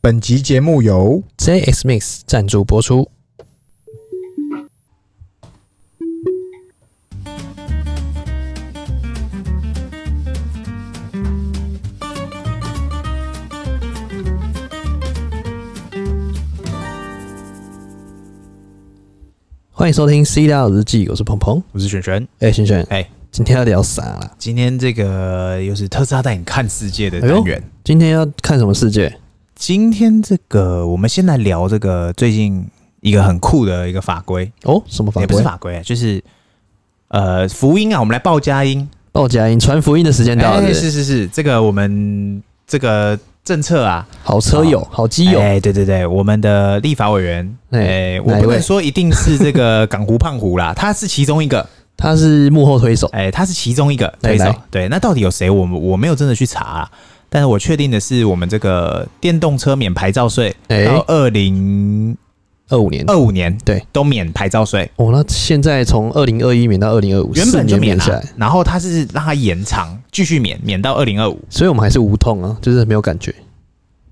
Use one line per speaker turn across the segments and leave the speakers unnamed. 本集节目由
JX Mix 赞助播出。欢迎收听《C 大佬日记》，我是鹏鹏。
我是璇璇。
哎、轩轩，
哎
今天要聊啥啦？
今天这个又是特斯拉带你看世界的
哎呦
单元。
今天要看什么世界？
今天这个，我们先来聊这个最近一个很酷的一个法规，
哦，什么法
哎也不
规
是？法规，啊就是呃福音啊，我们来报佳音。
报佳音传福音的时间到了
哎
是不是
是是是，这个我们这个政策啊，
好车友，好基友，
哎，对对对，我们的立法委员，
哎
哎，我
哪一
不
位
能说一定是这个港湖 胖虎啦，他是其中一个，
他是幕后推手。
哎、他是其中一个
来
推手
来。
对，那到底有谁？我们我没有真的去查、啊，但是我确定的是，我们这个电动车免牌照税
哎、
到二零
二五年
二五年，
对，
都免牌照税。
哦，那现在从二零二一免到二零二五，
原
四
本就
年
免啊
免
了、
下来，
然后他是让它延长，继续免，免到二零二五。
所以我们还是无痛啊，就是没有感觉。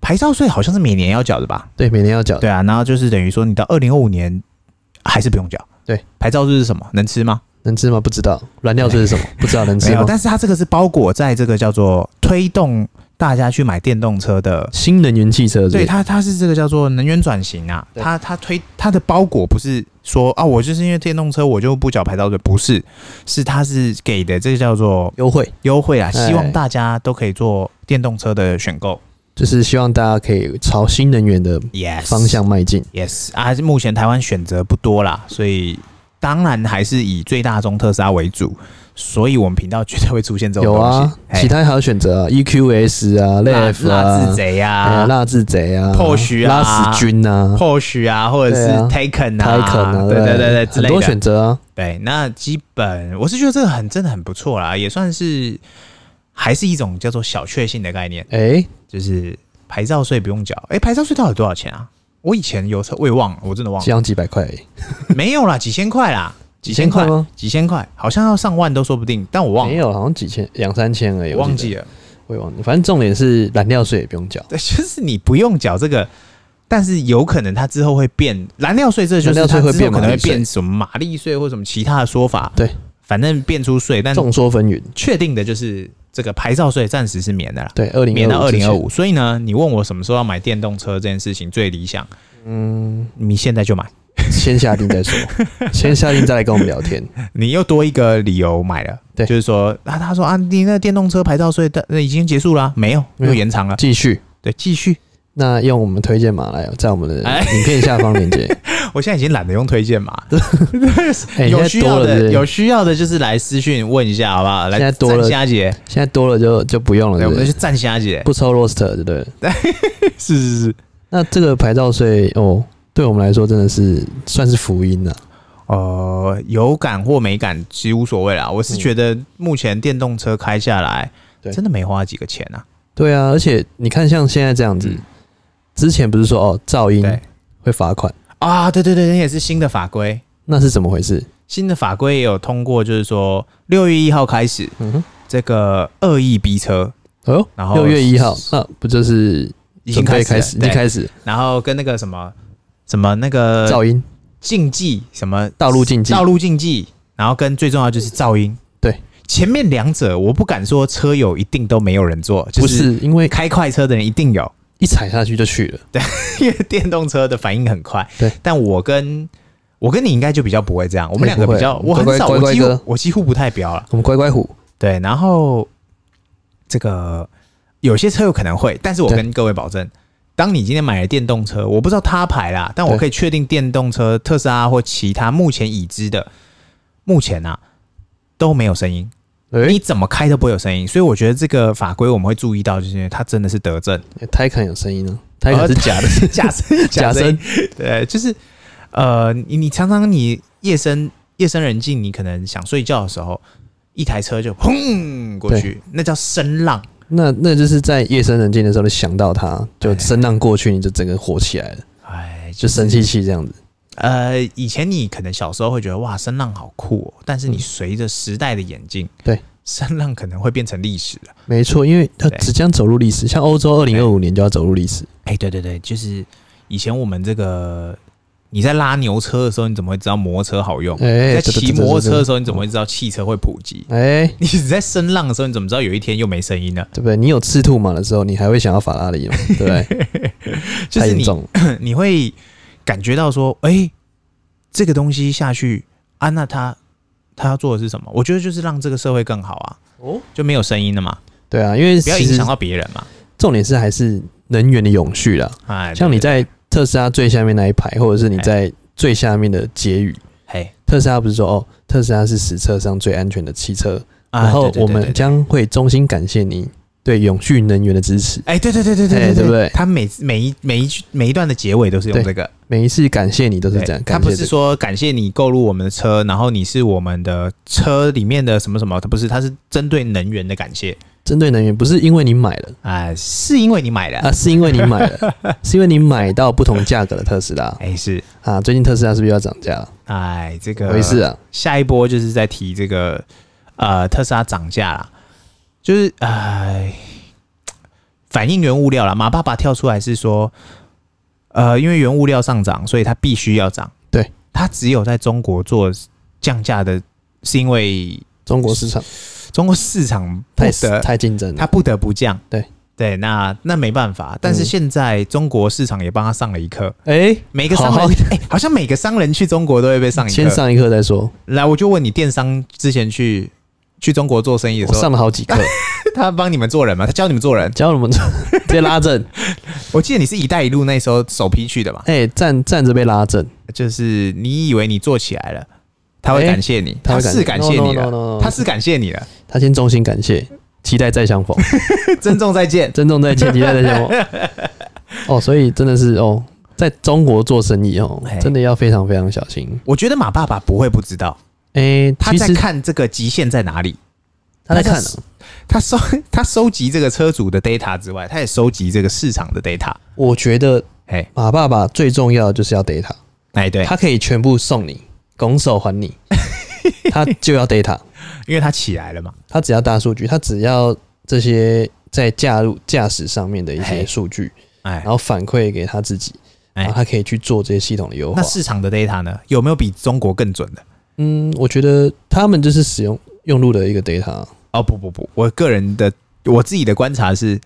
牌照税好像是每年要缴的吧？
对，每年要缴。
对啊，然后就是等于说你到二零二五年还是不用缴。
对，
牌照税是什么？能吃吗？
能吃吗？不知道。燃料税是什 么？不知道能吃
没有，
吗？
但是它这个是包裹在这个叫做推动大家去买电动车的
新能源汽车是不是
对，它，它是这个叫做能源转型啊。
对
它它推它的包裹不是说啊，我就是因为电动车我就不缴牌照税，不是，是它是给的这个叫做
优惠，
优惠啊，
哎
希望大家都可以做电动车的选购。
就是希望大家可以朝新能源的
Yes，
方向迈进。
Yes 啊，目前台湾选择不多啦，所以当然还是以最大宗特斯拉为主，所以我们频道绝对会出现这种
有
东西。
啊，
哎
其他还有选择啊，EQS 啊
辣
，LEF
辣
啊
子，贼
哎呀
啊，
辣智贼啊，
Porsche 啊
拉死君啊
Porsche 啊，或者是
对啊
Taken 啊
开肯啊，
对对对对，之
很
类
多
的。
选择啊。
对，那基本我是觉得这个很真的很不错啦，也算是还是一种叫做小确幸的概念，
哎，
就是牌照税不用缴。哎、牌照税到底多少钱啊？我以前有车，我也忘了，我真的忘
这
了，
样几百块而已，
没有啦，几千块啦，几
几千块
块
吗？
几千块，好像要上万都说不定，但我忘
没
了，
有，好像几千两三千而已，
我忘
哎记得
记了。
我也忘记，反正重点是燃料税也不用缴，
对， 就是你不用缴这个，但是有可能它之后会变燃料税，这就
燃料
是
税
它
会
之后
变
可能
马
会
力税
变什么马力税或什么其他的说法。
对，
反正变出税，但
众说纷纭。
确定的就是这个牌照税暂时是免的啦，
对，二零
免到二零二
二，
五。所以呢，你问我什么时候要买电动车这件事情最理想，
嗯，
你现在就买，
先下定再 说，先下定再来跟我们聊天。
你又多一个理由买了。
对
就是说啊，他说啊，你那电动车牌照税的那已经结束了啊、没有，
没有
又延长了。
继续，
对，继续。
那用我们推荐码来，哦在我们的
哎
影片下方链 接。
我现在已经懒得用推荐码，
哎，现
有
在
需
多
要
了是不
的
是
有需要的就是来私讯问一下，好不好？来
现在多了
赞虾姐，
现在多了就就不用了，
对，
对
我
不
们
对
就？去赞虾姐。
不抽 roster 就对了。
是是是，
那这个牌照税哦，对我们来说真的是算是福音啊了。
呃，有感或没感其实无所谓啦。我是
嗯
觉得目前电动车开下来，
对
真的没花几个钱啊。
对啊，而且你看，像现在这样子
嗯，
之前不是说哦噪音
对
会罚款，
啊，对对对，那也是新的法规，
那是怎么回事？
新的法规也有通过，就是说六月一号开始，
嗯哼，
这个恶意逼车
哦，
然后
六月一号，那不就是
已经
准备
开
开
始
始，已
了，
经
对
开始
然后跟那个什么什么那个
噪音，
禁忌什么
道路禁忌
道路禁忌，然后跟最重要就是噪音，
对，
前面两者我不敢说车友一定都没有人做，就
不是因为
开快车的人一定有。
一踩下去就去了。
因为 电动车的反应很快。
对，
但我跟我跟你应该就比较不会这样，我们两个比较，
不会
我很少，
乖乖
我几
乖乖
乎
哥
我几乎不太飙了。
我们乖乖虎，
对，然后这个有些车有可能会，但是我
对
跟各位保证。当你今天买了电动车，我不知道他牌啦，但我
对
可以确定电动车特斯拉或其他目前已知的，目前啊都没有声音，
诶、
你怎么开都不会有声音。所以我觉得这个法规我们会注意到，就是因为它真的是 得证，
泰肯哎有声音呢、啊，泰肯是 假的，
的，哦假声，
假
声
声，
对，就是呃，你你常常你夜深夜深人静，你可能想睡觉的时候，一台车就砰过去，那叫声浪。
那那就是在夜深人静的时候，你想到它，就声浪过去，你就整个火起来了，
哎，
就生气气这样子。
呃，以前你可能小时候会觉得哇，声浪好酷哦，但是你随着时代的演进，
对，
声浪可能会变成历史了。
没错，因为它
对
即将走入历史，像欧洲二零二五年就要走入历史。
哎、对对对，就是以前我们这个你在拉牛车的时候，你怎么会知道摩托车好用？
哎，
在
这
骑摩托车的，时候，你怎么会知道汽车会普及？
这这这哎，
你在声浪的时候，你怎么知道有一天又没声音了？
对不对？你有赤兔马的时候，你还会想要法拉利吗？对不对？
就
太
是
严
你
重了。
你会感觉到说，哎、这个东西下去啊，那他他要做的是什么？我觉得就是让这个社会更好啊，
哦，
就没有声音了嘛，
对啊，因为
不要
其
影
实
响到别人嘛。
重点是还是能源的永续啦。
哎，对
像你，在特斯拉最下面那一排，或者是你在最下面的结语，
哎，
特斯拉不是说哦，特斯拉是史册上最安全的汽车，
啊
然后
对对
我
对
们
对
将会衷心感谢你对永续能源的支持。
哎，对对对对对
哎
对
对不对
他每每一每一句每一段的结尾都是用
对
这个，
每一次感谢你都是
对
这样，
他
感谢
不是
这个
说感谢你购入我们的车，然后你是我们的车里面的什么什么，他不是，他是针对能源的感谢，
针对能源，不是因为你买了
哎，是因为你买
啊，
的，
是因为你买 了，是因为你买到不同价格的特斯拉
哎是，
啊。最近特斯拉是不是又要涨价了？
哎这个
回事啊，
下一波就是在提这个呃特斯拉涨价啦，就是呃反映原物料啦。马爸爸跳出来是说，呃，因为原物料上涨，所以它必须要涨。
对，
它只有在中国做降价的，是因为
中国市场
中国市场不
太
得
太竞争
它
了，
不得不降。
对
对，那那没办法，但是
嗯
现在中国市场也帮他上了一课。
哎，
每个商人
好好
哎、好像每个商人去中国都会被上一课。
先上一课再说。
来，我就问你，电商之前去去中国做生意的
我
时候，
上了好几课，
他帮你们做人吗？他教你们做人？
教我们 直接拉 正，
我记得你是“一带一路”那时候首批去的嘛，
哎，站站着被拉正，
就是你以为你做起来了，他会
哎
感谢你，
他会
是感谢你了，
了
他是感谢你了，
他先衷心感谢，期待再相 逢，
珍重再见。
珍重再见，期待再相逢。 哦，所以真的是哦，在中国做生意哦
嘿，
真的要非常非常小心。
我觉得马爸爸不会不知道，
哎、
他
其
在
实
看这个极限在哪里。
他在看、哦
他在他收他收集这个车主的 data 之外，他也收集这个市场的 data。
我觉得
哎
马爸爸最重要的就是要 data，
哎，对，
他可以全部送你，拱手还 你，他就要 data，
因为他起来了嘛。
他只要大数据，他只要这些在驾入驾驶上面的一些
嘿
数据，
哎
然，后反馈给他自己，然后
哎
他可以去做这些系统的优化
那。市场的 data 呢？有没有比中国更准的？
嗯，我觉得他们就是使用用路的一个 data，
哦，不不不，我个人的我自己的观察是，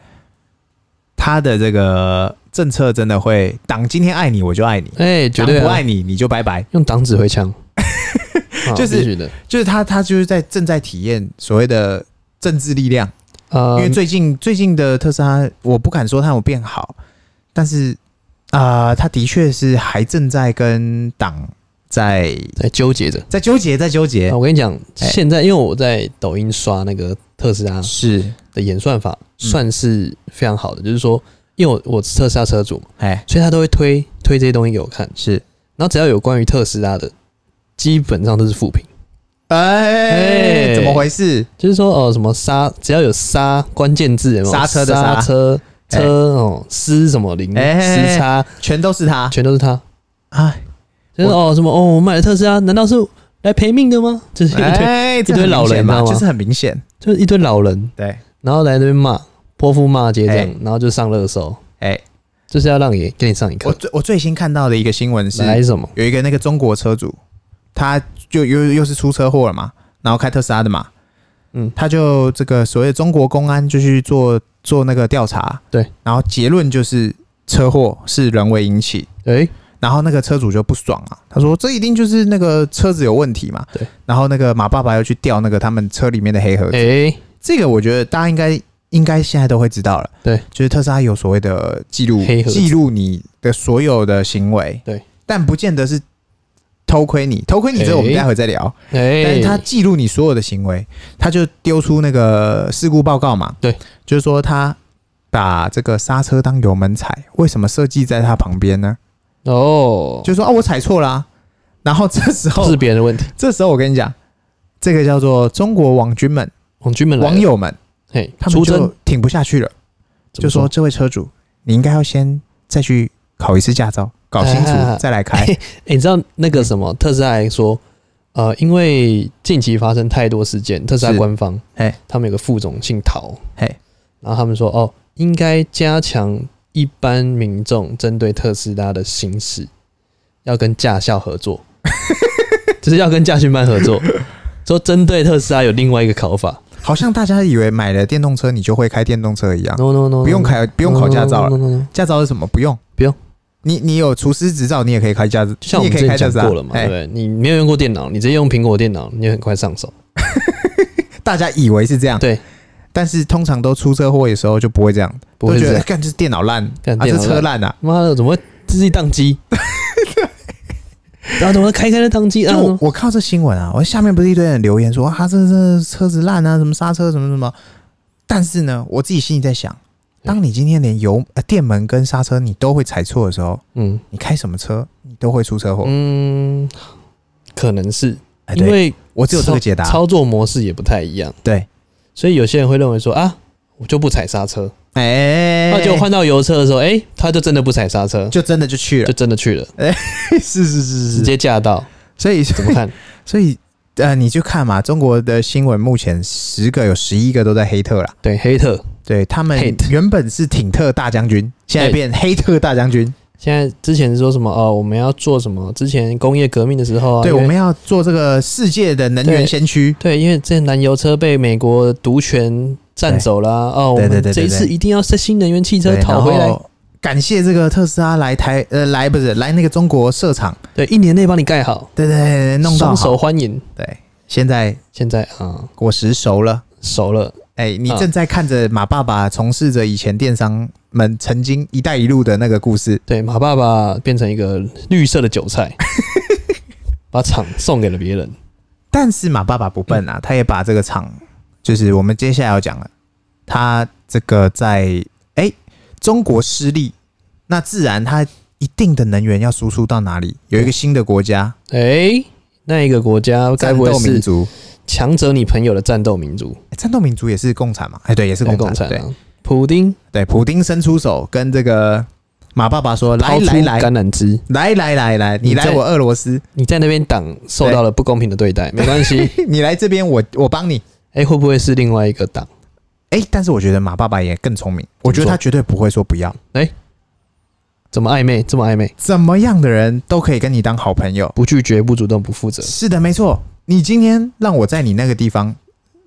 他的这个政策真的会，党今天爱你我就爱你，
哎、绝
党
对、
不
啊
爱、你你就拜拜。
用挡指挥 枪，啊
就是
必须的
就是他他就是在正在体验所谓的政治力量，
啊，
因为最近最近的特斯拉，我不敢说它有变好，但是啊，他、的确是还正在跟党在
在纠结着。
在纠结，在纠结
啊，我跟你讲，
哎
现在因为我在抖音刷那个特斯拉
是，
的演算法，
嗯
算是非常好的，就是说，因为我我是特斯拉车主嘛，
哎
所以他都会推推这些东西给我看，
是，
然后只要有关于特斯拉的，基本上都是负评，
哎，
哎
怎么回事？
就是说哦、什么刹，只要有刹关键字有没有
刹车的刹
刹车
哎
车哦，失什么零
哎
时差，
全都是他，
全都是他，
哎。
就是哦什么哦，我买了特斯拉，难道是来赔命的吗？ 就是一堆、
哎，这
一堆
很
老
明
人
显嘛，
你知道吗
就是很明显。
就是一堆老人，
对，
然后来那边骂，泼妇骂街这样
哎，
然后就上热搜。
哎，
就是要让你给你上一
我
课。
最我最新看到的一个新闻是，
来什么？
有一个那个中国车主，他就又又是出车祸了嘛，然后开特斯拉的嘛，
嗯
他就这个所谓的中国公安就去做做那个调查，
对，
然后结论就是车祸是人为引起。
诶，
然后那个车主就不爽啊，他说这一定就是那个车子有问题嘛。
对。
然后那个马爸爸又去调那个他们车里面的黑盒子，
诶，
这个我觉得大家应该应该现在都会知道了。
对，
就是特斯拉有所谓的记录
黑，盒子
记录你的所有的行为。
对，
但不见得是偷窥你，偷窥你这个我们
诶
待会再聊。但
诶，
是他记录你所有的行为，他就丢出那个事故报告嘛。
对，
就是说他把这个刹车当油门踩，为什么设计在他旁边呢？
哦，
就说啊，我踩错啦、然后这时
不是
候，
别人的问题，
这时候我跟你讲，这个叫做中国网军们、
网军们来了
网，友们，
嘿，
他们
出征
就挺不下去了。
怎
就
么
说这位车主，你应该要先再去考一次驾照，搞清楚
啊
再来开。
诶，你知道那个什么特斯拉还说，呃，因为近期发生太多事件，特斯拉
是
官方
嘿，
他们有个副总姓陶，
嘿，
然后他们说哦，应该加强一般民众针对特斯拉的行驶，要跟驾校合作，就是要跟驾训班合作。说针对特斯拉有另外一个考法
好像大家以为买了电动车你就会开电动车一样，
，no no no，
不
嗯
用，考不
不
用考驾照了。
了。
驾照是什么？不用，
哎不用。
你你有厨师执照，你也可以开驾，
就像
你
我
也
们
可
之前
以开驾
讲
照。
过了嘛，对
哎
不对？你没有用过电脑，你直接用苹果电脑，你也很快上手。
大家以为是这样，
对，
但是通常都出车祸的时候就不会这样，
不会
都
是
觉
这
得
样。
干这电脑烂，
干
啊
电
这
脑烂
车烂啊。
妈的，怎么会这是一宕机？ 然后怎么开开的宕机？啊
就，我我看到这新闻啊，我下面不是一堆人留言说啊，这这车子烂啊，什么刹车什么什么。但是呢，我自己心里在想，当你今天连油、呃、电门跟刹车你都会踩错的时候，
嗯
你开什么车你都会出车祸。
嗯，可能是
哎，
因
对，
为
我只有这个解答。
操作模式也不太一样，
对，
所以有些人会认为说啊，我就不踩刹车，
哎、
那就换到油车的时候，哎，他就真的不踩刹车，
就真的就去了
就。真的去了，
是是啊是
直，接驾到，
所以
怎么看？
所以呃，你就看嘛，中国的新闻目前十个有十一个都在黑特啦。
对，黑特
对他们
Hate
原本是挺特大将军，现在
哎
变黑特大将军。
现在之前说什么哦，我们要做什么？之前工业革命的时候啊，
对，
因为
我们要做这个世界的能源先驱。
对，因为之前燃油车被美国独权占走了啊、哦，我
对对
们
对对
这一次
对
一定要在新能源汽车
对
讨回。
然
来，
后感谢这个特斯拉来台，呃，来不是来那个中国设厂，
对，一年内帮你盖好，
对对对，弄到
双手
好。
欢迎。
对，现在
现在啊、
果实熟了。
熟了，
哎，你
嗯
正在看着马爸爸从事着以前电商们曾经“一带一路”的那个故事。
对，马爸爸变成一个绿色的韭 菜，把厂送给了别人。
但是马爸爸不笨
嗯
啊，他也把这个厂，就是我们接下来要讲了，他这个在哎、中国失利，那自然他一定的能源要输出到哪里？有一个新的国家，
哎、那一个国家该
战
不会
斗民
是
族，
强者你朋友的战斗民族？
哎战斗民族也是共产嘛？哎、对，也是
对
共
共产
产。
啊
对
党，普丁
对，普丁伸出手跟这个马爸爸说：“来
掏出
来来
橄榄枝，
来来来来，你
你
来
在
我俄罗斯，
你在那边党受到了不公平的对待，没关系。
你来这边我我帮你。
哎、会不会是另外一个党？”
哎，但是我觉得马爸爸也更聪明，我觉
怎
得
么说
他绝对不会说不要。
怎么暧昧？这么暧昧？
怎么样的人都可以跟你当好朋友。
不拒绝、不主动、不负责。
是的，没错。你今天让我在你那个地方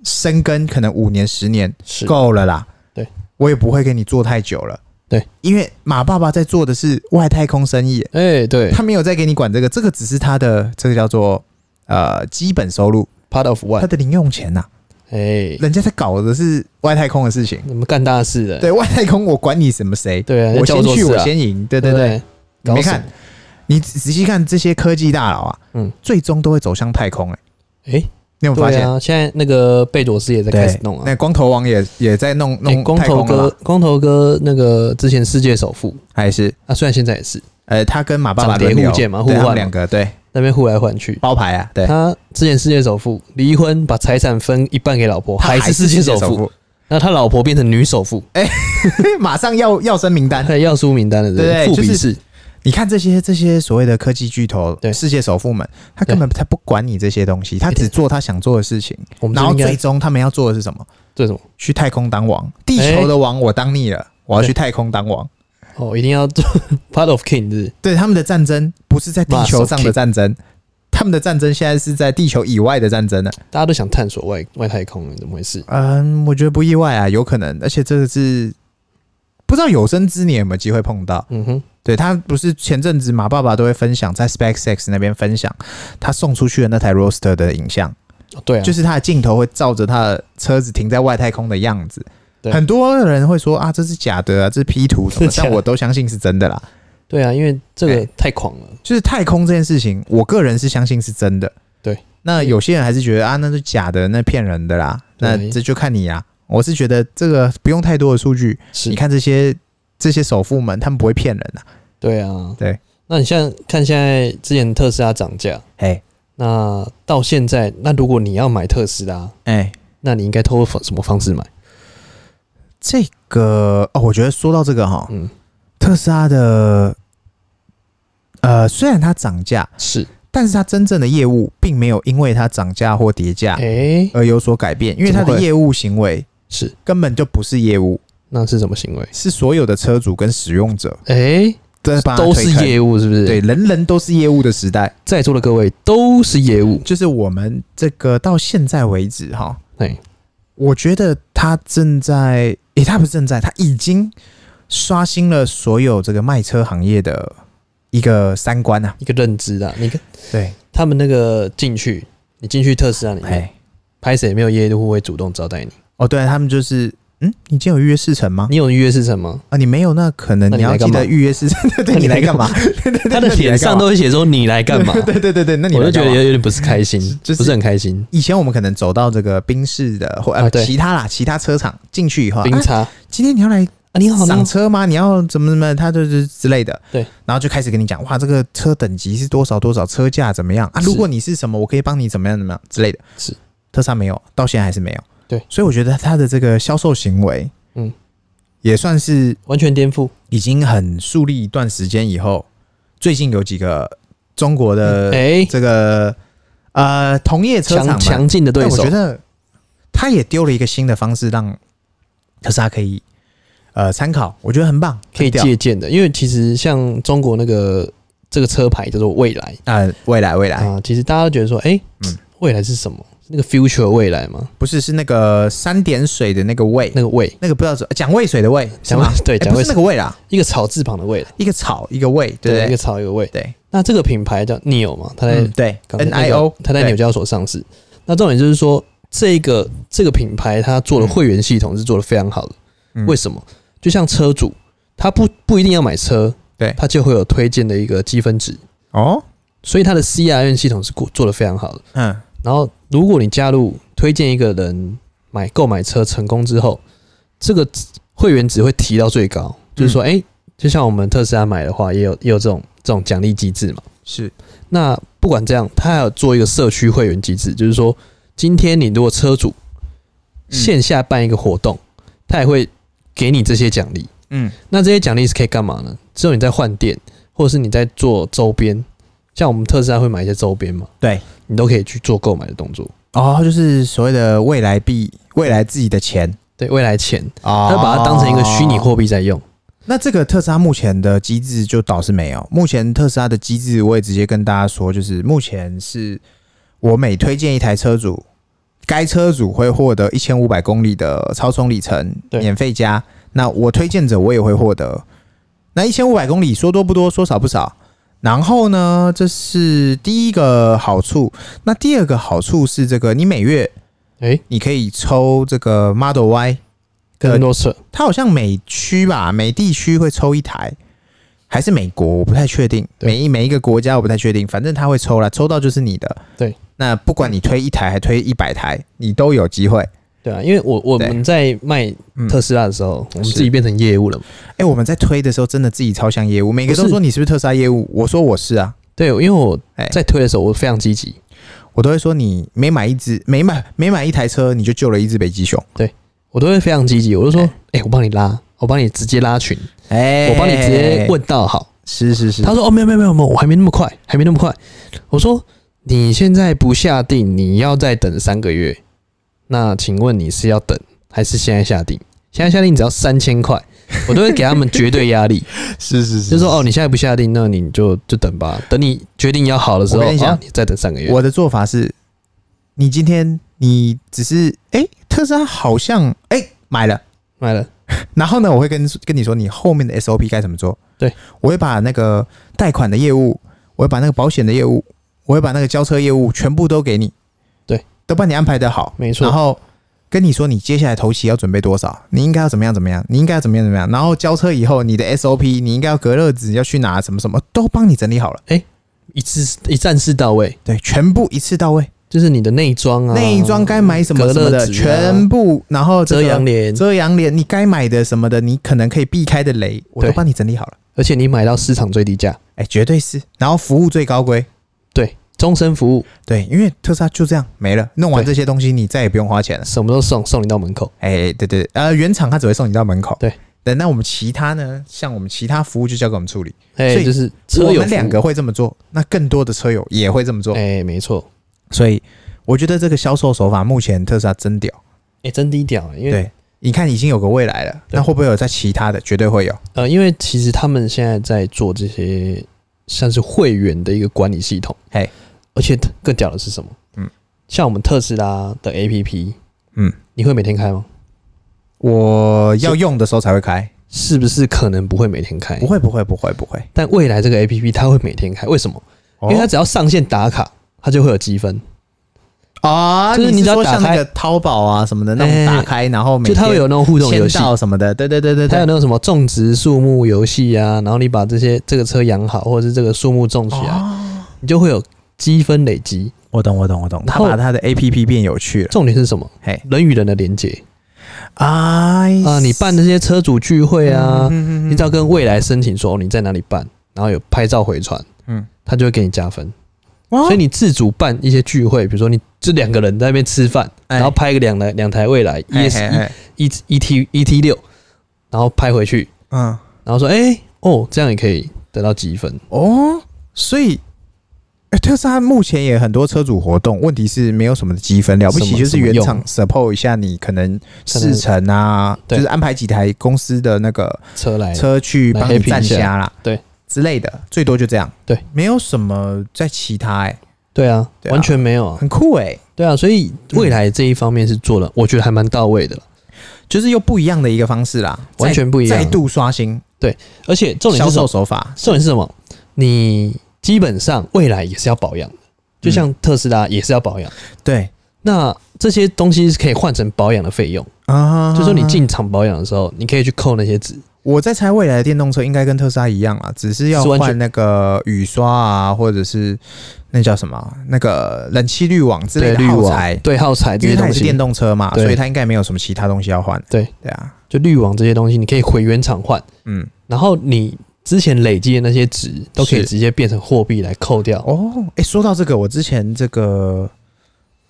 生根，可能五年、十年
是
够了啦。
对，
我也不会跟你做太久了。
对，
因为马爸爸在做的是外太空生意，
哎、对
他没有在给你管这个，这个只是他的这个叫做呃基本收入，
，part of
他
one，
的零用钱呐、
哎，
人家在搞的是外太空的事情。
我们干大事的，
对外太空，我管你什么谁，
对啊
我
叫
先
做
去，
事
我
啊
先赢。对
对
对
不
对，
对，
你
搞
没
什
看
么，
你仔仔细看这些科技大佬啊，
嗯，
最终都会走向太空、欸。
哎、
你有没有发
对
现？
啊，现在那个贝佐斯也在开始弄啊
那，光头王也也在弄弄、
哎光头哥，，光头哥那个之前世界首富
还是
啊，虽然现在也是
呃，他跟马爸爸
涨跌
轮流
互见嘛
对
互换
他们
嘛
两个对
那边互来换去。
包牌啊，对，
他之前世界首富离婚，把财产分一半给老婆，还是世界首富。，那他老婆变成女首富，
马上要要升名单。
他要出名单了，对不
对
对？
就
富
是
比士，
你看这些这些所谓的科技巨头、
对
世界首富们，他根本他不管你这些东西，他只做他想做的事情，
我们
然后
是应
最
该
终他们要做的是什么？
做什么？
去太空当王，地球的王我当腻
哎
了，我要去太空当王。
哦，一定要做 part of king 是不是
对他们的战争不是在地球上
Mars
的
of
战争，他们的战争现在是在地球以外的战争了。
大家都想探索外外太空了，怎么回事？
嗯，我觉得不意外啊，有可能，而且这个是不知道有生之年有没有机会碰到。
嗯哼，
对他不是前阵子马爸爸都会分享在 SpaceX 那边分享他送出去的那台 Roadster 的影像，
哦对啊，
就是他的镜头会照着他的车子停在外太空的样子。
对
很多人会说啊，这是假的啊，这是 P 图什
是
么的，
假的
但我都相信是真的啦。
对啊，因为这
哎
个太狂了，
就是太空这件事情，我个人是相信是真的。
对，
那有些人还是觉得啊，那是假的，那骗人的啦。那
对
这就看你啊。我是觉得这个不用太多的数据，
是
你，看这些这些首富们，他们不会骗人啊。
对啊，
对。
那你像看现在之前特斯拉涨价，
哎
那到现在，那如果你要买特斯拉，
哎，
那你应该通过什么方式
哦
买？
这个哦，我觉得说到这个哈，
嗯，
特斯拉的呃，虽然它涨价，
是
但是它真正的业务并没有因为它涨价或跌价
诶，
而有所改变，因为它
哎怎么
的
会
业务行为
是，
根本就不是业务，
那是什么行为？
是所有的车主跟使用者
诶，
都在帮它
都
推
是
啊坑
业务，是不是？
对，，人人都是业务的时代，
在座的各位都是业务，
就是我们这个到现在为止哈，
哎，
我觉得他正在，诶、他不是正在，他已经刷新了所有这个卖车行业的一个三观啊。
一个认知啊。你看
对，
他们那个进去，你进去特斯拉里面，
哎，
拍谁没有业务会主动招待你？
哦，对、啊，他们就是，嗯，你今天有预约试乘吗？
你有预约是什么？
啊，你没有，那可能
那
你
你来
要记
干嘛
得预约试乘。 对对，你来干嘛？ 对对对，
他的
那你来
脸
干
上
嘛
都会写说你来干嘛？
对对对对，那你
我
来
就
干
觉得
嘛
有有点不是开心，
就是
不是很开心。
以前我们可能走到这个宾士的或呃、
啊对
其他啦，其他车厂进去以后，
冰
啊，
茶啊
今天你要来
你好，你好
赏车吗？你要怎么怎么？他就是之类的。
对，
然后就开始跟你讲，哇，这个车等级是多少多少，车价怎么样啊？
是
如果你是什么，我可以帮你怎么样怎么样之类的。
是，
特斯拉没有，到现在还是没有。
对，
所以我觉得他的这个销售行为，
嗯，
也算是
完全颠覆。
已经很树立一段时间以后，最近有几个中国的
哎，
这个、呃同业呃车厂
强
们
强劲的对
但我
手
觉，得他也丢了一个新的方式，让特斯拉可以呃参考，我觉得很棒，
可以
很屌
借鉴的。因为其实像中国那个这个车牌叫做蔚来
呃未来未来、
啊，其实大家都觉得说，哎，
嗯
蔚来是什么？那个 future 未来吗？
不是是那个三点水的那个魏，
那个蔚，
那个不知道怎蒋渭水的魏是
蒋渭
吗？
对
诶
蒋
不
渭
是那
水
个魏啦，
一个草字旁的蔚来，
一个草一个魏，对不
一个
对？
草哎一个蔚。
对，
那这个品牌叫 Neo 嘛，它在
嗯对
港
，N I O，
它在纽交所上市。那重点就是说，这个这个品牌它做的会员系统是做的非常好的。
嗯
为什么？就像车主，他不不一定要买车，
对
他就会有推荐的一个积分值，
哦，
所以它的 CRN 系统是过做的非常好的。
嗯，
然后，如果你加入推荐一个人买购买车成功之后，这个会员值会提到最高，就是
嗯
说，哎、就像我们特斯拉买的话，也有也有这种这种奖励机制嘛。
是
那不管这样，他还有做一个社区会员机制，就是说，今天你如果车主线下办一个活动，他也会给你这些奖励。
嗯
那这些奖励是可以干嘛呢？只有你在换电，或者是你在做周边，像我们特斯拉会买一些周边嘛，
对，
你都可以去做购买的动作。
哦，就是所谓的未来币，未来自己的钱
对未来钱，
哦，
他把它当成一个虚拟货币在用。
那这个特斯拉目前的机制就倒是没有。目前特斯拉的机制，我也直接跟大家说，就是目前是我每推荐一台车主，该车主会获得一千五百公里的超充里程
对
免费加。那我推荐者我也会获得。那一千五百公里说多不多，说少不少。然后呢，这是第一个好处。那第二个好处是，这个你每月
哎、
你可以抽这个 Model Y
跟
的
n o s
它好像每区吧，每地区会抽一台，还是美国，我不太确定。
对
每一每一个国家我不太确定，反正它会抽啦，抽到就是你的。
对，
那不管你推一台还推一百台，你都有机会。
对啊，因为我我
对
们在卖
嗯
特斯拉的时候，我们
是
自己变成业务了嘛。
哎、我们在推的时候真的自己超像业务，每个
不
都
是
说你是不是特斯拉业务，我说我是啊，
对，因为我
哎
在推的时候，我非常积极，
我都会说你每买一只，每买每买一台车，你就救了一只北极熊。
我都会非常积极，我就说
哎，
哎、我帮你拉，我帮你直接拉群，
哎
我帮你直接，问到好。
是是是，
他说，哦，没有没有没有没有，我还没那么快，还没那么快。我说，你现在不下定，你要再等三个月。那请问你是要等还是现在下定？现在下定只要三千 块，我都会给他们绝对压力，
是是是，
就说哦，你现在不下定，那你就就等吧，等你决定要好的时候，
我跟你讲
啊你再等三个月。
我的做法是，你今天你只是哎、特斯拉好像哎、买了，
买了，
然后呢，我会跟跟你说你后面的 SOP 该怎么做。
对，
我会把那个贷款的业务，我会把那个保险的业务，我会把那个交车业务全部都给你，
对，
都帮你安排的好，
没错
然后跟你说你接下来头期要准备多少，你应该要怎么样怎么样，你应该要怎么样怎么样，然后交车以后你的 SOP，你应该要隔热纸要去拿什么什么，都帮你整理好了，
一次一站式到位，
对，全部一次到位。
就是你的内装啊，
内装该买什么什么
隔热
的，
纸啊
全部，然后这
遮
个
阳帘，
遮阳帘，你该买的什么的，你可能可以避开的雷，我都
对
帮你整理好了。
而且你买到市场最低价，
哎、绝对是。然后服务最高规，
对，终身服务，
对，因为特斯拉就这样没了，弄完
对
这些东西你再也不用花钱了。
什么都送，送你到门口。
哎、对对对，呃，原厂它只会送你到门口，
对，
但那我们其他呢，像我们其他服务就交给我们处理。
哎、
所以
就是车
我
友
们两
服务
个，会这么做，那更多的车友也会这么做。
哎、没错，
所以我觉得这个销售手法目前特斯拉真屌。
哎、真低调、因为
对，你看已经有个未来了，
对
那会不会有在其他的？绝对会有。
呃，因为其实他们现在在做这些像是会员的一个管理系统，
嘿，
而且更屌的是什么？
嗯，
像我们特斯拉的 APP，
嗯，
你会每天开吗？
我要用的时候才会开，
是不是可能不会每天开？
不，会，不会，不会，不会，
但未来这个 APP 它会每天开，为什么？
因
因为它只要上线打卡，它就会有积分，
啊，
就是你
你
只
是
要
说
打
像那
开
个淘宝啊什么的那种
哎
打开，然后每
就它会有那种互动游
签
戏，
到什么的，对对对对
它有
对，
那种什么种植树木游戏啊，然后你把这些这个车养好，或者是这个树木种起来，
哦
你就会有积分累积。
我懂我懂我懂，
然
他
后
把他的 A P P 变有趣了，
重点是什么？
嘿，
人与人的连接
哎
啊，你办这些车主聚会啊，
嗯嗯嗯
你只要跟未来申请说、哦、你在哪里办，然后有拍照回传，
嗯，
他就会给你加分。
哦
所以你自主办一些聚会，比如说你这两个人在那边吃饭，
哎
然后拍个两台两台未来
嘿
ES
嘿嘿
一 E T E T 六，然后拍回去，
嗯
然后说哎、哦，这样也可以得到积分。
哦，所以。哎特斯拉目前也很多车主活动，问题是没有什么积分，了不
什
起
么
就是原
什么
厂 support 一下你可能试乘啊，
对
就是安排几台公司的那个
车来
车去帮
来
你
happy
站
一下
虾啦，
对
之类的，最多就这样，
对，
没有什么在其他、欸，
对啊，
对啊
完全没有啊，
很酷哎、欸，
对啊，所以未来这一方面是
嗯
做了，我觉得还蛮到位的了，
就是又不一样的一个方式啦，
完全不一
再
样
再。度刷新
而且重点
销
是什
售
么？
手法，
重点是什么？你基本上未来也是要保养的，
嗯
就像特斯拉也是要保养。
对
那这些东西是可以换成保养的费用，
啊
就说你，进厂保养的时候，你可以去扣那些值。
我在猜未来的电动车应该跟特斯拉一样啦，只是要
是完全
换那个雨刷啊，或者是那叫什么那个冷气滤网之类的
对滤
耗
网、
材，
对耗材这
因
些
为它
东
也是
西
电，动车嘛，
对
所以它应该没有什么其他东西要换，
对
对啊，
就滤网这些东西，你可以回原厂换，
嗯，
然后你之前累积的那些值都可以
是
直接变成货币来扣掉。
哦，哎、说到这个，我之前这个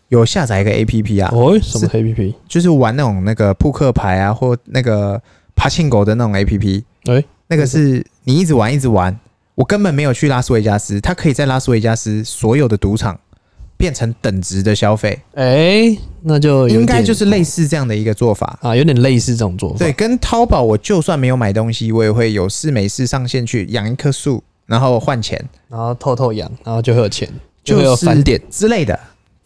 有下载一个 A P P 啊，
哦，什么 A P P？
就是玩那种那个扑克牌啊，或那个爬庆狗的那种 A P P。
哎
那个是你一直玩一直玩，我根本没有去拉斯维加斯，它可以在拉斯维加斯所有的赌场变成等值的消费，
哎、那哦就有
应该
点
就是类似这样的一个做法。
啊，有点类似这种做法。
对，跟淘宝，我就算没有买东西，我也会有事没事上线去养一棵树，然后换钱，
然后透透痒，然后就会有钱，就
就
会有
是
返点。
之类的。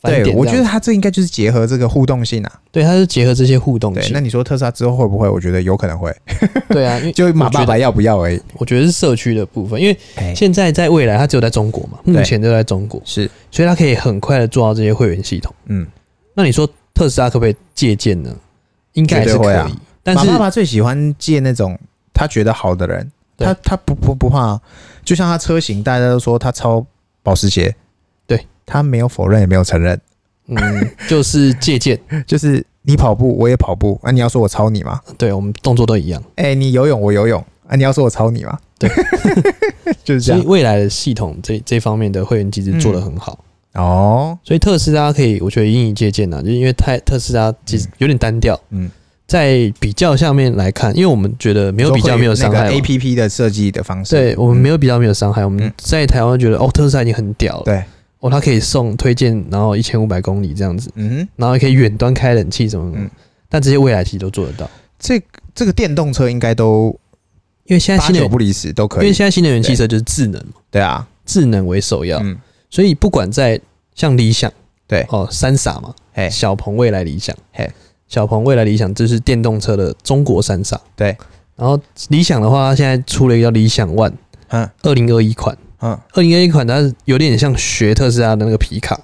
返点
对，我
这
觉
样
得它这应该就是结合这个互动性啊。
对，它是结合这些互动
对，那
性。
你说特斯拉之后会不会？我觉得有可能会，
对啊，因 为
就马
我
爸
觉
爸要不要而已。
我觉得是社区的部分，因为
哎
现在在未来它只有在中国嘛，目
对
前就在中国，
是，
所以它可以很快的做到这些会员系统。
嗯，
那你说特斯拉可不可以借鉴呢？应该也是
绝对
可
会
以，
啊
但是
马爸爸最喜欢借那种他觉得好的人，
对
他他不不不怕，就像他车型，大家都说他超保时捷，
对
他没有否认也没有承认，
嗯，就是借鉴。
就是你跑步我也跑步，啊，你要说我超你吗？
对我们动作都一样，
哎、你游泳我游泳，啊，你要说我超你吗？
对，
就是这
所以
样嗯
未来的系统这这方面的会员机制做得很好。
哦，
所以特斯拉可以，我觉得引以借鉴呐、啊就是因为太特斯拉其实有点单调，
嗯，
在比较下面来看，因为我们觉得没有比较没有伤害
A
嘛，
P P 的设计的方式，嗯
对我们没
有、
有比较没有伤害，我们
嗯
在台湾觉得哦，特斯拉已经很屌了，
对，
哦，它可以送推荐，然后一千五百公里这样子，
嗯哼，
然后也可以远端开冷气什么什么
嗯，
但这些未来其实都做得到，
这这个电动车应该都
因为现在
八
新能
九
源，
不离十，都可
因为
以，
现在新能源汽车就是智能嘛，
对啊，
智能为首要，
嗯，
所以不管在像理想，
对
哦，三傻嘛，
哎，
小鹏未来理想，
嘿，
小鹏未来理想这是电动车的中国三傻。
对，
然后理想的话，它现在出了一个叫理想 ONE
嗯
二零二一款，
嗯。
二零二一款它是有点像学特斯拉的那个皮卡，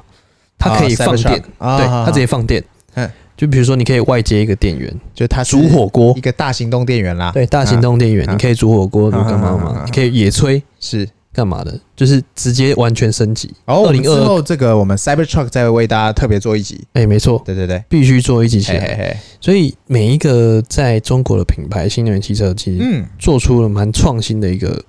它可以放电，，
啊、
对，它直
己
接放电
嗯。
就比如说，你可以外接一个电源，
就它是
煮火锅
一，个大行动电源啦，
对，大行动电源，
啊
你可以煮火锅，你干
啊啊
嘛
啊啊
嘛
啊，
你可以野炊，
是。
干嘛的，就是直接完全升级。
然后我们之
2022
后这个我们 Cybertruck 再为大家特别做一集，
哎，没错，
对对对，
必须做一集起
嘿嘿
来。
嘿，
所以每一个在中国的品牌新能源汽车，其实
嗯，
做出了蛮创新的一个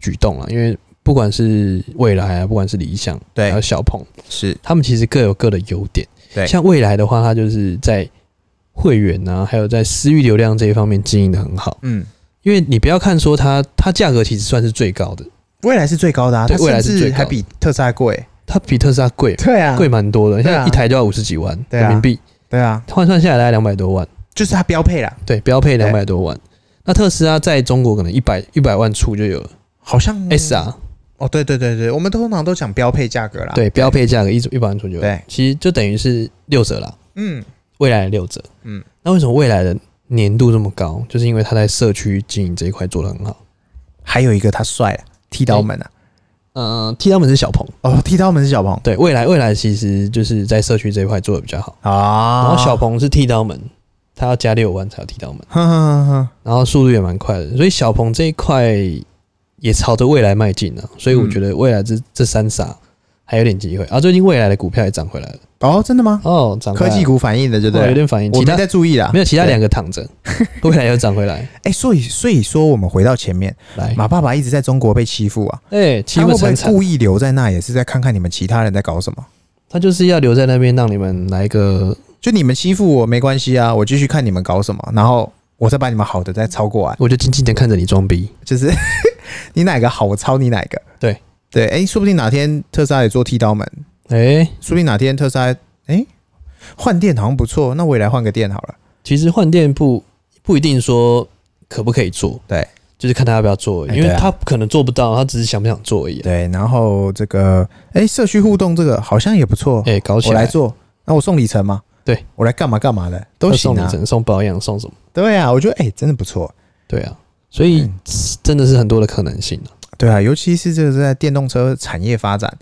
举动了，因为不管是未来啊，不管是理想，还
对
有，小鹏，
是，
他们其实各有各的优点。
对
像未来的话，它就是在会员啊，还有在私域流量这一方面经营的很好。
嗯，
因为你不要看说它，它价格其实算是最高的，
未来是最高的啊，
对
它
蔚来
甚
是最
至
高
还比特斯拉贵。
它比特斯拉贵
对啊，
贵蛮多的，现
对
在
啊
一台就要五十几万
对啊
人民币，
对啊，
换算下来大概两百多万，
就是它标配啦，
对，标配
对
两百多万。那特斯拉在中国可能一百一百万出就有了
好像
S R，
哦，对对对对，我们通常都讲标配价格啦。
啊对，标配价格一一百万出就有了
对，
其实就等于是六折啦，
嗯，
未来的六折。
嗯，
那为什么未来的年度这么高？就是因为他在社区经营这一块做得很好。
还有一个他帅啊，剃刀门啊，
嗯、呃，替他们是小鹏，
哦，剃刀门是小鹏
对，未来未来其实就是在社区这一块做的比较好。
啊，
然后小，鹏是剃刀门，他要加六万才有剃刀门，
哼哼哼哼，
然后速度也蛮快的，所以小鹏这一块也朝着未来迈进了。所以
嗯
我觉得未来这、这三傻还有点机会啊。最近未来的股票也涨回来了，
哦，真的吗？
哦，涨回
科
来了
技股反应的，对不
哦有
对？
点反应，
我
其
没
他
在注意啦
没。有其他两个躺着，未来又涨回 来，
哎，所以所以说，我们回到前面，
来，
马爸爸一直在中国被欺负啊，
哎、欺
他会
负
不
惨
会
惨。
故意留在那，也是在看看你们其他人在搞什么？
他就是要留在那边，让你们来个。
就你们欺负我没关系啊，我继续看你们搞什么，然后我再把你们好的再抄过来，
我就静静的看着你装逼。
就是 你哪个好，我抄你哪个。
对
对，哎、说不定哪天特斯拉也做剃刀门，
哎、
说不定哪天特斯拉哎换、电好像不错，那我也来换个电好了。
其实换电不不一定说可不可以做，
对，
就是看他要不要做而已，
哎
因为
对啊
他可能做不到，他只是想不想做而已啊、
对，然后这个哎、诶社区互动这个好像也不错，
哎、搞起
我来
来，
做，那我送里程嘛，
对
我来干嘛干嘛的都
他
行
送
啊
里。程、送保养、送什么？
对啊，我觉得哎、诶真的不错。
对啊，所以、
嗯
真的是很多的可能性啊。
对啊，尤其是这个在电动车产业发展，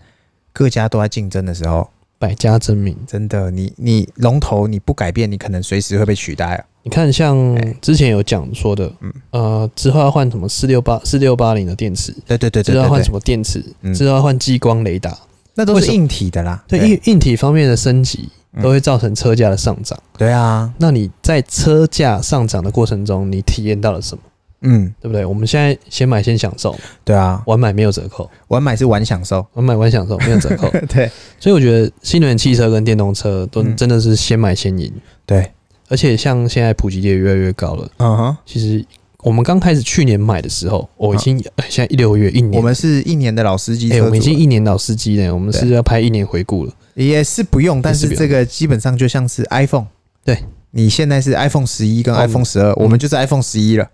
各家都在竞争的时候，
百家争鸣，
真的，你你龙头你不改变，你可能随时会被取代啊。
你看，像
哎
之前有讲说的，
嗯
呃，之后要换什么四六八、四六八零的电池，
对对对
之
对
后要
对
换什
对，
么电池，
嗯
之后要换激光雷达，
那都
为什
是
么
硬体的啦。
对硬硬体方面的升级，
嗯
都会造成车价的上涨。
对啊，
那你在车价上涨的过程中，你体验到了什么？
嗯，
对不对？我们现在先买先享受，
对啊，
晚买没有折扣，
晚买是晚享受。
晚买晚享受没有折扣。
对
所以我觉得新能源汽车跟电动车都
嗯
真的是先买先赢，
对，
而且像现在普及率也越来越高了。
嗯哼，
其实我们刚开始去年买的时候，我已经、哎现在一六月一年，
啊我们是一年的老司机
哎、
车
我们已
主啊
经
了，
一年老司机了，我们是要拍一年回顾了。
也是不用，但
也是
是
不用
这个基本上就像是 iPhone。
对，
你现在是 iPhone 十一跟
哦我们
iPhone 十二，我们就是 iPhone 十一了，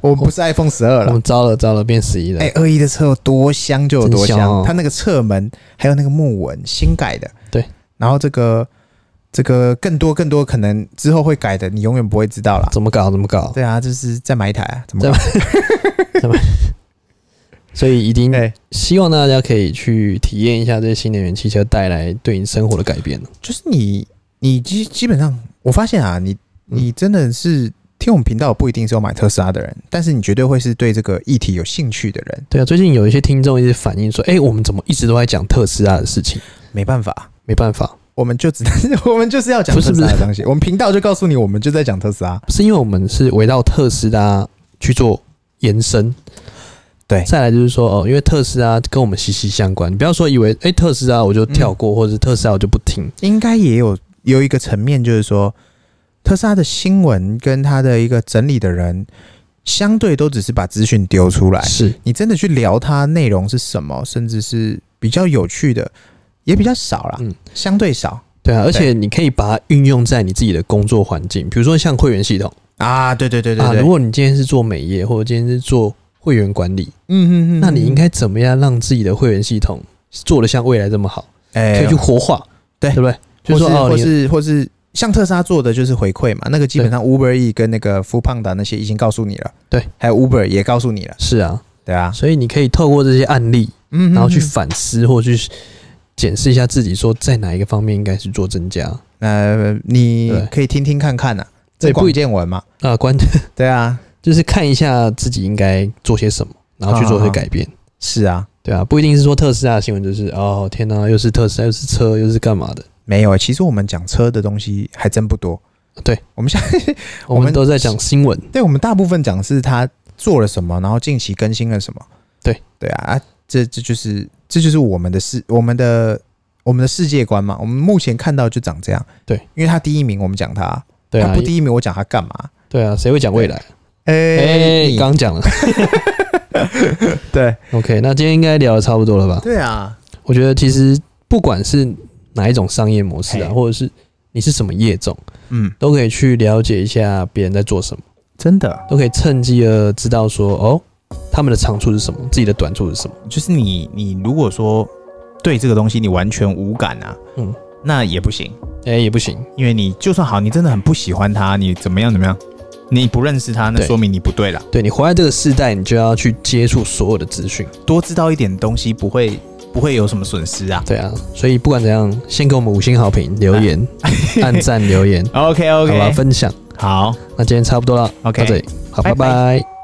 我们不是 iPhone 十二
我
了。
们招了招了，变十一了。
哎，二一的车有多香就有多
真香哦
香，它那个侧门还有那个木纹新改的，
对，
然后这个这个更多更多可能之后会改的，你永远不会知道啦。
怎么搞？怎么搞？
对啊，就是再买一台啊，怎么
再
搞？
所以一定
哎，
希望大家可以去体验一下这些新能源汽车带来对你生活的改变。
就是你你基基本上，我发现啊，你
嗯
你真的是听我们频道不一定是要买特斯拉的人，但是你绝对会是对这个议题有兴趣的人。
对啊，最近有一些听众一直反映说，哎、我们怎么一直都在讲特斯拉的事情？
没办法，
没办法，
我们就只能 我们就是要讲
不
特
是
斯拉的东西，我们频道就告诉你，我们就在讲特斯拉。
是因为我们是围绕特斯拉去做延伸。
对
再来就是说，哦，因为特斯拉跟我们息息相关，你不要说以为，哎、特斯拉我就跳
嗯
过，或者是特斯拉我就不听。
应该也有有一个层面，就是说特斯拉的新闻跟他的一个整理的人，相对都只是把资讯丢出来，
是，
你真的去聊它内容是什么，甚至是比较有趣的，也比较少啦，
嗯
相对少
对啊，而且你可以把它运用在你自己的工作环境，比如说像会员系统
啊。对对对对
啊，
对，
如果你今天是做美业，或者今天是做会员管理，
嗯嗯嗯，
那你应该怎么样让自己的会员系统做的像未来这么好，可
哎
以去活化，
对
对不对？就是说哦，
哎或
你
是或是像特斯拉做的就是回馈嘛，那个基本上 Uber E 跟那个 f o o Panda 那些已经告诉你了，
对，
还有 Uber 也告诉你了，
是啊，
对啊，
所以你可以透过这些案例，
嗯
然后去
嗯嗯
反思或去检视一下自己，说在哪一个方面应该是做增加啊、
呃，你
对
可以听听看看呐、啊，这
对不
广
一
见闻嘛，
关
对啊，
就是看一下自己应该做些什么，然后去做一些改变。
是啊，
对啊，不一定是说特斯拉的新闻，就是哦天哪、又是特斯拉，又是车，又是干嘛的？
没有欸、其实我们讲车的东西还真不多，
对
我们现在，我
我们
们
都在讲新闻，
对我们大部分讲是他做了什么，然后近期更新了什么，
对
对啊，啊这这就是这就是我们的世我们的我们的世界观嘛，我们目前看到就长这样，
对，
因为他第一名，我们讲他，
对
他
啊
不，第一名，我讲他干嘛？
对啊，谁会讲未来？
哎、
哎，你刚讲了。
对
OK，那今天应该聊的差不多了吧？
对啊，
我觉得其实不管是哪一种商业模式啊，
嘿
或者是你是什么业种，
嗯，
都可以去了解一下别人在做什么，
真的，
都可以趁机的知道说哦，他们的长处是什么，自己的短处是什么。
就是你你如果说对这个东西你完全无感啊，
嗯
嗯，那也不行，
哎、也不行，
因为你就算好，你真的很不喜欢他，你怎么样怎么样，你不认识他，那
对
说明你不对啦。
对你活在这个世代，你就要去接触所有的资讯。
多知道一点东西，不会不会有什么损失啊。
对啊，所以不管怎样，先给我们五星好评、留 言、按 赞、留言，
OK
好吧，
OK，
分享。
好，
那今天差不多了
OK
到这里，好，
拜
拜
拜
拜